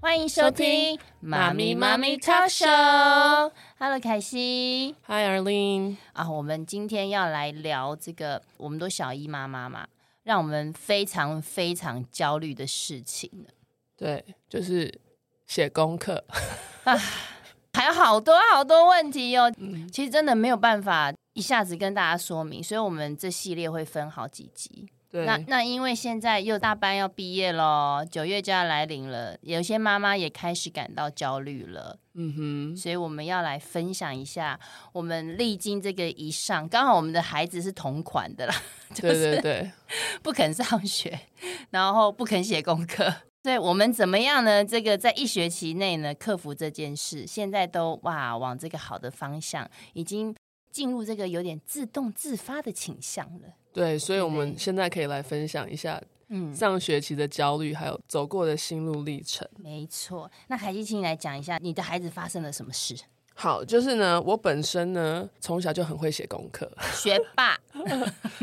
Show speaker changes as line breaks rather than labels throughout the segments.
欢迎收听《妈咪妈咪超手》。Hello，凯西
Hi, Arlene。
啊，我们今天要来聊这个，我们都小一妈妈嘛，让我们非常非常焦虑的事情了
对，就是写功课。
还有好多好多问题哦。其实真的没有办法一下子跟大家说明，所以我们这系列会分好几集。
对
那那因为现在又大班要毕业喽，九月就要来临了，有些妈妈也开始感到焦虑了，
嗯
所以我们要来分享一下我们历经这个一上，刚好我们的孩子是同款的啦，
哼，对对对，
不肯上学，然后不肯写功课。 对我们怎么样呢？这个在一学期内呢，克服这件事，现在都哇往这个好的方向，已经进入这个有点自动自发的倾向了。
对，所以我
对
们现在可以来分享一下
嗯，
上学期的焦虑，还有走过的心路历程。
没错。那凯西，请你来讲一下你的孩子发生了什么 事？
好，就是呢，我本身呢从小就很会写功课，
学霸，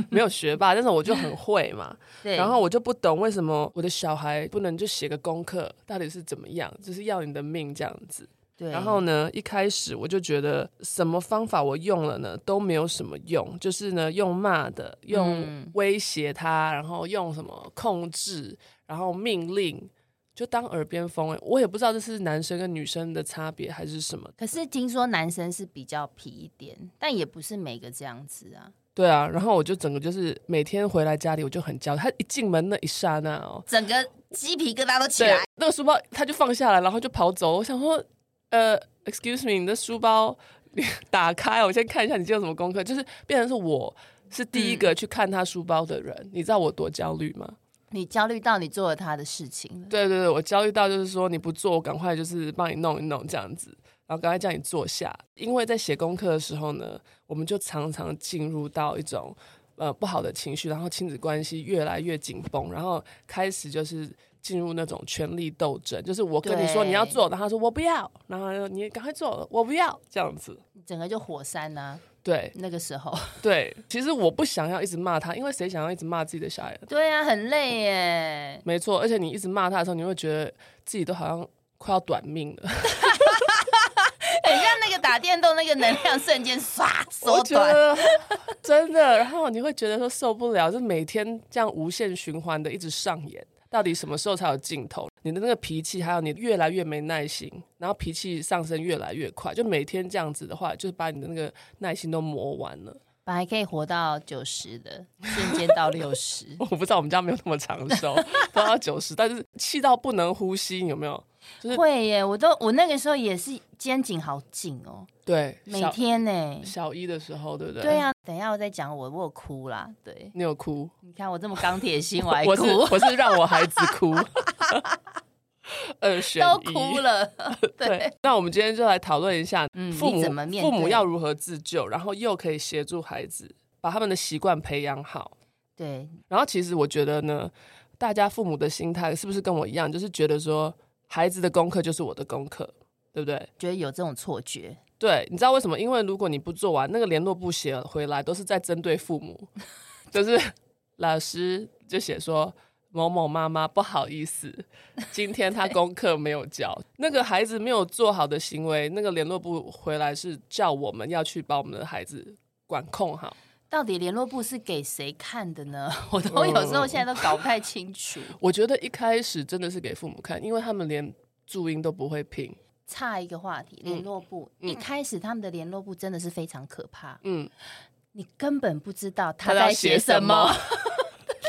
没有学霸，但是我就很会 嘛。
对，
然后我就不懂为什么我的小孩不能就写个功课，到底是怎么样，就是要你的命这样子。
对，
然后呢，一开始我就觉得什么方法我用了呢都没有什么用，就是呢用骂的，用
嗯
威胁他，然后用什么控制，然后命令，就当耳边风、欸。我也不知道这是男生跟女生的差别还是什么。
可是听说男生是比较皮一点，但也不是每个这样子啊。
对啊，然后我就整个就是每天回来家里我就很焦虑，他一进门那一刹那哦，
整个鸡皮疙瘩都起
对
来，，
那个书包他就放下来，然后就跑走。我想说，呃，excuse me，你的书包你打开，我先看一下你今天有什么功课。就是变成是我是第一
嗯
个去看他书包的人，你知道我多焦虑吗？
你焦虑到你做了他的事情了。
对对对，我焦虑到就是说你不做，我赶快就是帮你弄一弄这样子，然后赶快叫你坐下。因为在写功课的时候呢，我们就常常进入到一种呃不好的情绪，然后亲子关系越来越紧绷，然后开始就是。进入那种权力斗争，就是我跟你说
对
你要做，然后他说我不要，然后他说你赶快做，我不要这样子。
整个就火山呐、
对
那个时候，
对，其实我不想要一直骂他，因为谁想要一直骂自己的小孩？
对啊，很累耶。
没错，而且你一直骂他的时候，你会觉得自己都好像快要短命了。
很像那个打电动那个能量瞬间唰缩
我觉
短，
得 真的，然后你会觉得说受不了，就每天这样无限循环的一直上演，到底什么时候才有尽头？你的那个脾气，还有你越来越没耐心，然后脾气上升越来越快，就每天这样子的话，就是把你的那个耐心都磨完了。
本来可以活到九十的，瞬间到六十
我，不知道我们家没有那么长寿，都要九十，但是气到不能呼吸，有没有？ 就是
会耶！我都我那个时候也是肩颈好紧哦，
对，
每
小
天呢。
小一的时候，对不对？
对，啊，等一下我再讲我，我有哭啦。对，
你有哭？
你看我这么钢铁心，我还哭
我，是我是让我孩子哭， 二选一
都哭了。对
对，那我们今天就来讨论一下，
嗯
父
你
母
怎么面对
父母要如何自救，然后又可以协助孩子把他们的习惯培养好。
对，
然后其实我觉得呢，大家父母的心态是不是跟我一样，就是觉得说孩子的功课就是我的功课，对不对？
觉得有这种错觉，
对，你知道为什么？因为如果你不做完，那个联络簿写回来都是在针对父 母，就是老师就写说某某妈妈不好意思，今 天她功课没有交，那个孩子没有做好的行为，那个联络簿回来是叫我们要去把我们的孩子管控好。
到底联络部是给谁看的呢？ 我都有时候现在都搞不太清楚，
我觉得一开始真的是给父母看，因为他们连注音都不会拼。
差一个话题，联络部、一开始他们的联络部真的是非常可怕，
嗯，
你根本不知道他
他要
在写什 么。？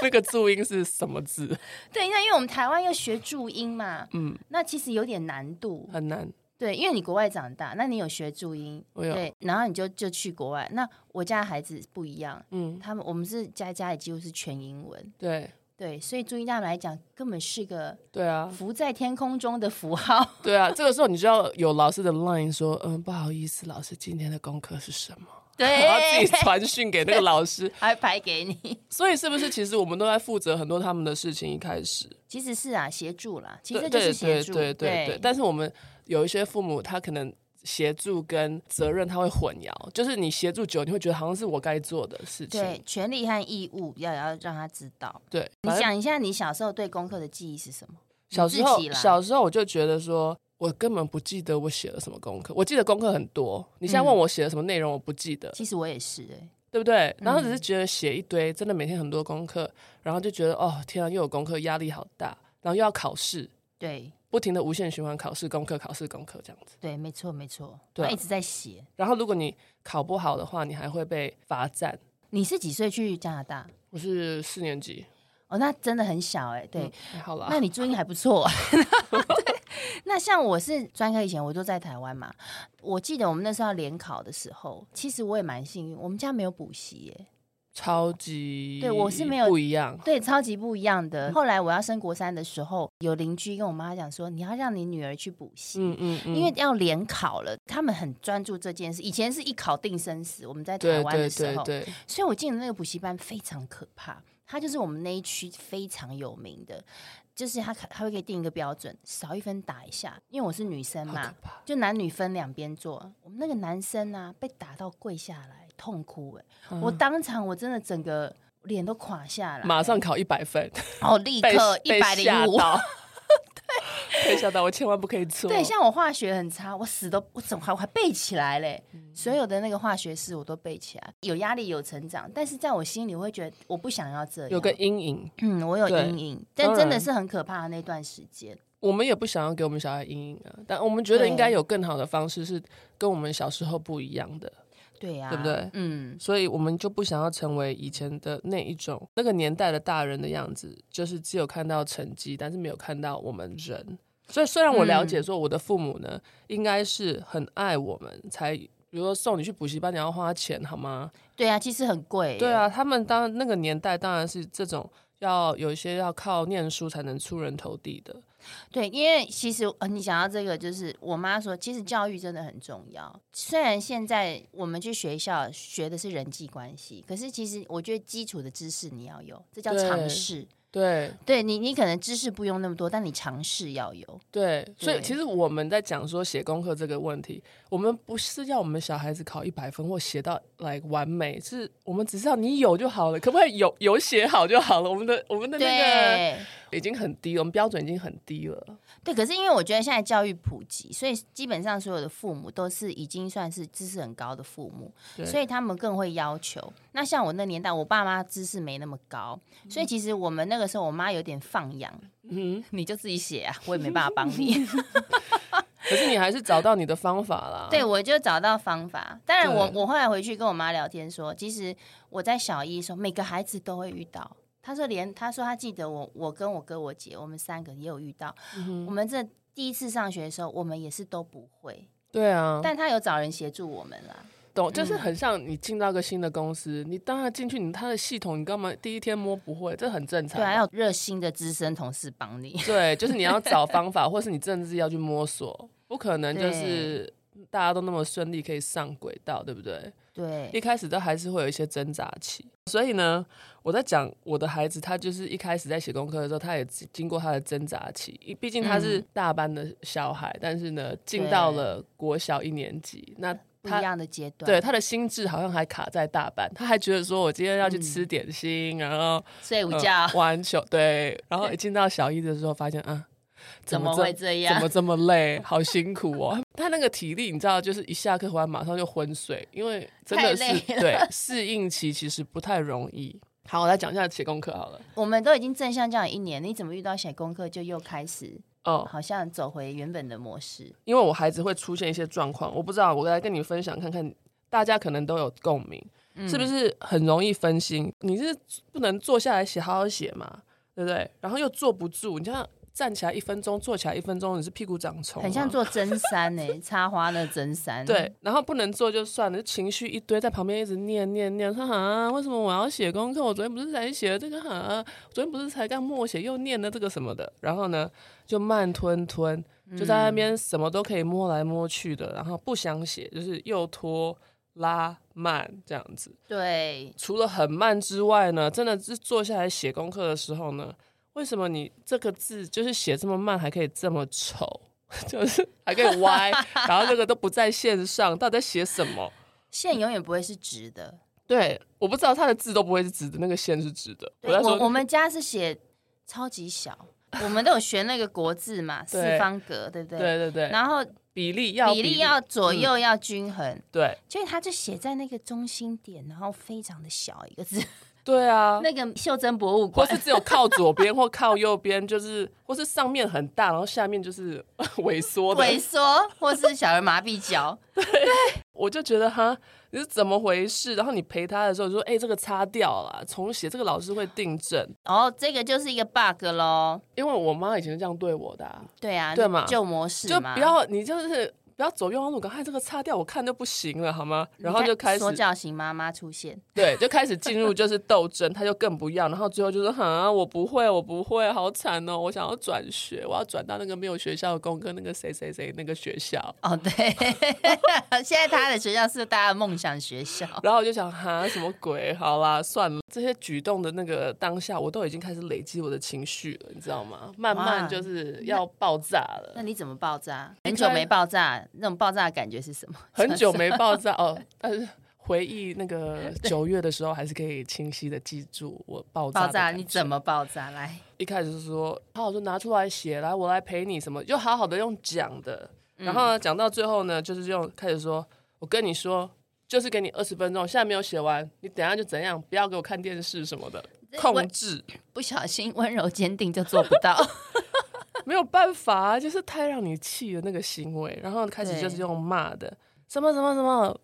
那个注音是什么字？
对，那因为我们台湾要学注音嘛，
嗯，
那其实有点难度。
很难。
对，因为你国外长大，那你有学注音，
我有
对，啊然后你就就去国外。那我家的孩子不一样，
嗯，
他们我们是家家里几乎是全英文，
对
对，所以注音对他们来讲根本是个
对啊，
浮在天空中的符 号。
对啊，这个时候你就要有老师的 line 说，嗯，不好意思，老师今天的功课是什么？然后自
对
己，传讯给那个老师。
还拍给你。
所以是不是其实我们都在负责很多他们的事情？一开始，
其实是啊，协助啦，其实
对
就
对
是协
对
助，
对对对。但是我们有一些父母，他可能协助跟责任他会混淆，就是你协助久，你会觉得好像是我该做的事情。
对，权利和义务要要让他知道。
对，
你
反正
讲一下你小时候对功课的记忆是什么？
小
自
时候
己啦
小时候我就觉得说，我根本不记得我写了什么功课，我记得功课很多，你现在
嗯
问我写了什么内容，我不记得，
其实我也是哎、
对不对？然后只是
嗯
觉得写一堆，真的每天很多功课，然后就觉得哦天啊，又有功课，压力好大，然后又要考试，
对
不停的无限循环考试功课考试功课这样子。
对，没错没错，
对啊
他一直在写。
然后如果你考不好的话，你还会被罚站。
你是几岁去加拿大？
我是四年级，嗯
哦，那真的很小哎、对，
还好啦。
那你注音还不错、 啊。对，那像我是专科以前我都在台湾嘛，我记得我们那时候要联考的时候，其实我也蛮幸运，我们家没有补习耶。
超级
对我是没有
不一样，
对，超级不一样
嗯
的。后来我要升国三的时候，有邻居跟我妈讲说，你要让你女儿去补习。
嗯嗯嗯，
因为要联考了，他们很专注这件事。以前是一考定生死，我们在台
对
湾
对
的时候
对，对，
所以我进的那个补习班非常可怕，它就是我们那一区非常有名的，就是它它会给定一个标准，少一分打一下，因为我是女生
好可
嘛，
怕。
就男女分两边坐。我们那个男生呢、被打到跪下来痛哭、欸，我当场我真的整个脸都垮下来，
嗯马上考一百分，
哦，立
被
刻一
被
百
吓
零五。
到， 对，被吓到，我千万不可以做。
对，像我化学很差，我死都我怎么还我还背起来嘞？
嗯
所有的那个化学式我都背起来，有压力有成长，但是在我心里我会觉得我不想要这样，
有个阴影，
嗯，我有
对
阴影，但
当
真的
然
是很可怕的那段时间。
我们也不想要给我们小孩阴影啊，但我们觉得应该有更好的方式是跟我们小时候不一样的，
对呀、
对不对
嗯，
所以我们就不想要成为以前的那一种那个年代的大人的样子，就是只有看到成绩，但是没有看到我们人。所以虽然我了解说我的父母呢，应该是很爱我们，才比如说送你去补习班，你要花钱好吗？
对呀、其实很贵。
对，啊，他们当那个年代当然是这种要有一些要靠念书才能出人头地的，
对，因为其实呃，你讲到这个，就是我妈说，其实教育真的很重要。虽然现在我们去学校学的是人际关系，可是其实我觉得基础的知识你要有，这叫
对
尝试。
对。
对你，你可能知识不用那么多，但你尝试要有。
对，所以
对
其实我们在讲说写功课这个问题，我们不是要我们小孩子考一百分或写到来完美，是我们只是要你有就好了，可不可以有有写好就好了？我们的我们的那
对
个已经很低，我们标准已经很低了。
对，可是因为我觉得现在教育普及，所以基本上所有的父母都是已经算是知识很高的父母，
对
所以他们更会要求。那像我那年代，我爸妈知识没那么高，所以其实我们那个时候，我妈有点放养，嗯，你就自己写啊，我也没办法帮你。
可是你还是找到你的方法啦。
对，我就找到方法。当然我，
对
我后来回去跟我妈聊天说，其实我在小一的时候，每个孩子都会遇到。她说连她说她记得我，我跟我哥我姐，我们三个也有遇到。
嗯
我们这第一次上学的时候，我们也是都不会，
对啊，
但她嗯有找人协助我们啦。
懂，就是很像你进到一个新的公司，你当然进去，你他的系统你干嘛第一天摸不会，这很正常
对。啊，要有热心的资深同事帮你。
对，就是你要找方法，或是你真的是要去摸索，不可能就
对
是大家都那么顺利可以上轨道，对不 对？
对
一开始都还是会有一些挣扎期。所以呢，我在讲我的孩子，他就是一开始在写功课的时候，他也经经过他的挣扎期，因毕竟他
嗯
是大班的小孩，但是呢，进到了国小一年级，那
不一
他。
样的阶段，
对，他的心智好像还卡在大班，他还觉得说我今天要去
嗯
吃点心，然后
睡午
呃
觉、
玩球，对，然后一进到小一的时候，发现啊，
怎么
这
会这
怎
样
么？这么累，好辛苦 哦。他那个体力，你知道，就是一下课回来马上就昏睡，因为真的
太
是
累了
对适应期其实不太容易。好，我来讲一下写功课好了。
我们都已经正向这样一年，你怎么遇到写功课就又开始
哦，
好像走回原本的模式？
因为我孩子会出现一些状况，我不知道，我来跟你分享看看，大家可能都有共鸣，
嗯
是不是很容易分心？你是不能坐下来写，好好写嘛，对不对？然后又坐不住，你像站起来一分钟，坐起来一分钟，你是屁股长虫吗，啊
很像 做真衫呢、插花的真衫。
对，然后不能做就算了，就情绪一堆在旁边一直念念念，说啊，为什么我要写功课？我昨天不是才写了这个啊，昨天不是才刚默写又念了这个什么的，然后呢就慢吞吞，就在那边什么都可以摸来摸去的，然后不想写，就是又拖拉慢这样子。
对，
除了很慢之外呢，真的是坐下来写功课的时候呢，为什么你这个字就是写这么慢，还可以这么丑， 就是还可以 歪，然后这个都不在线上，到底在写什么？
线永远不会是直的。
对，我不知道他的字都不会是直的，那个线是直的。
对
在
我
说
我们家是写超级小，我们都有学那个国字嘛，四方格，对不对？
对嗯对对，
然后
比例要
比例要左右要均衡，
对
所以他就写在那个中心点，然后非常的小一个字，
对啊，
那个袖珍博物
或
馆
是只有靠左边或靠右边，就是或是上面很大，然后下面就是 萎缩的。
萎缩，或是小儿麻痹脚，
我就觉得哈，你是怎么回事？然后你陪他的时候就说，哎、这个擦掉了，重写，这个老师会订正。
然后哦这个就是一个 bug 咯，
因为我妈以前是这样对我的、啊，
对啊，
对嘛
旧模式
就
嘛，
不要你就是不要走冤枉路，赶快这个擦掉，我看就不行了，好吗？然后
你看
就开始
说教型妈妈出现，
对，就开始进入就是斗争，他就更不要，然后最后就说：“哈，我不会，我不会，好惨哦！我想要转学，我要转到那个没有学校的工科那个谁谁谁那个学校。
哦对， 现在他的学校是大家的梦想学校”，
然后我就想：“哈，什么鬼？好啦，算了。”这些举动的那个当下，我都已经开始累积我的情绪了，你知道吗？慢慢
哇
就是要爆炸了
那，你怎么爆炸？
你
很久
看
没爆炸，那种爆炸的感觉是什么？
很久没爆 炸哦，但是。回忆那个九月的时候，还是可以清晰的记住我爆炸
爆
的
炸，
感
你
觉
怎么爆炸？来，
一开始是说，好好就拿出来写，来我来陪你什么，就好好的用讲的。然后呢，讲到最后呢，就是用开始说，我跟你说，就是给你二十分钟，现在没有写完，你等一下就怎样，不要给我看电视什么的，控制
不小心温柔坚定就做不到。
没有办法、啊，就是太让你气的那个行为。然后开始就是
对
用骂的，什么什么什么。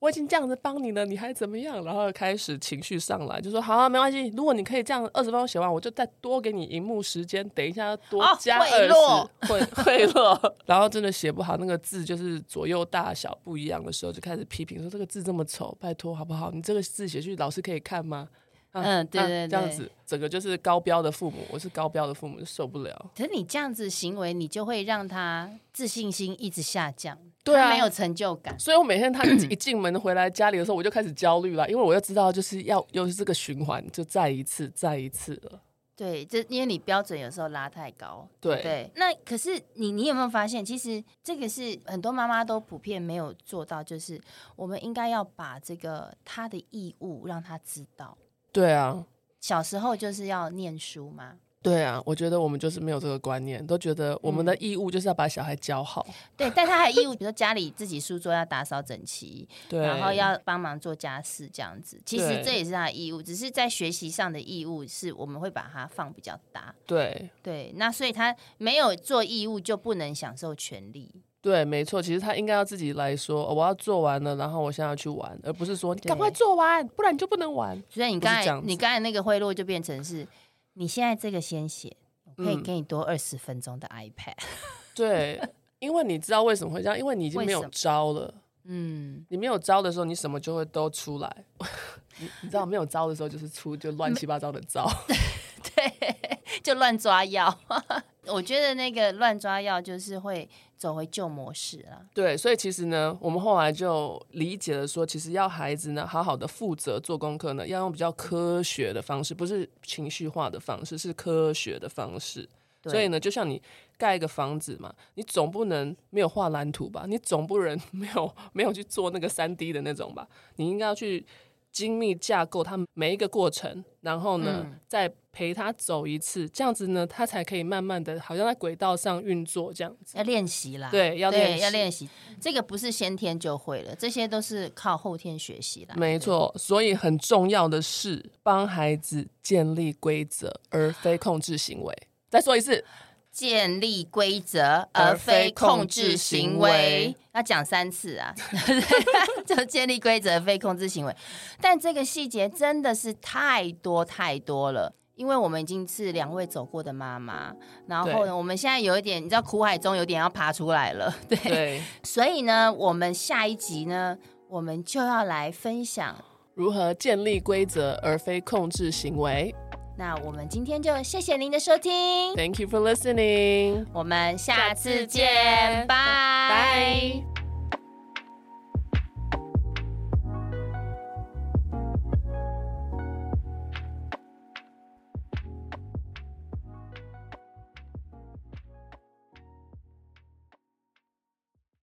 我已经这样子帮你了，你还怎么样？然后开始情绪上来，就说好、啊，没关系。如果你可以这样二十分钟写完，我就再多给你荧幕时间，等一下多
哦
加
贿
二十、
赂
贿贿赂。 然后真的写不好，那个字就是左右大小不一样的时候，就开始批评说这个字这么丑，拜托好不好？你这个字写去老师可以看吗？啊
嗯对
啊
对
这样
对
子，整个就是高标的父母，我是高标的父母，就受不了。
可是你这样子行为，你就会让他自信心一直下降，
对啊
他没有成就感。
所以我每天他 一进门回来家里的时候，我就开始焦虑了，因为我就知道就是要又是这个循环，就再一次再一次了。
对，这因为你标准有时候拉太高。
对
对，那可是你，你有没有发现，其实这个是很多妈妈都普遍没有做到，就是我们应该要把这个他的义务让他知道。
对啊，
小时候就是要念书嘛，
对啊，我觉得我们就是没有这个观念，都觉得我们
嗯
的义务就是要把小孩教好。
对，但他还义务，比如说家里自己书桌要打扫整齐，
对，
然后要帮忙做家事这样子。其实
对
这也是他的义务，只是在学习上的义务是我们会把它放比较大。
对
对，那所以他没有做义务就不能享受权利。
对，没错，其实他应该要自己来说、哦我要做完了，然后我现在要去玩，而不是说你
对
赶快做完，不然你就不能玩。
所以你
不是
刚
这
才
样
你
子
刚才那个贿赂就变成是，你现在这个先写，我可以
嗯
给你多二十分钟的 iPad。
对，因为你知道为什么会这样，因为你已经
为
没有
什么
招了。
嗯，
你没有招的时候，你什么就会都出来。 你你知道没有招的时候就是出就乱七八糟的 招。
对，就乱抓药。 我觉得那个乱抓药就是会走回旧模式了。
对，所以其实呢，我们后来就理解了说，其实要孩子呢好好的负责做功课呢，要用比较科学的方式，不是情绪化的方式，是科学的方式。
对
所以呢，就像你盖一个房子嘛，你总不能没有画蓝图吧？你总不能 没有没有去做那个三 D 的那种吧？你应该要去精密架构它每一个过程，然后呢，
嗯
再陪他走一次，这样子呢，他才可以慢慢的，好像在轨道上运作这样子。
要练习啦，
对要练
啊对
习
要练习，这个不是先天就会了，这些都是靠后天学习啦。
没错，所以很重要的是帮孩子建立规则，而
啊
非控制行为。再说 一次，
建立规则
而
而非
非控
控制
制行
行
为
为，要讲三次啊， 就建立规则而非控制行为。但这个细节真的是太多太多了。因为我们已经是两位走过的妈妈，然后
对
呢，我们现在有一点，你知道苦海中有点要爬出来了，对，
对，
所以呢，我们下一集呢，我们就要来分享
如何建立规则而非控制行为
那我们今天就谢谢您的收听，
？Thank you for listening.
我们下次
下次见
见，拜。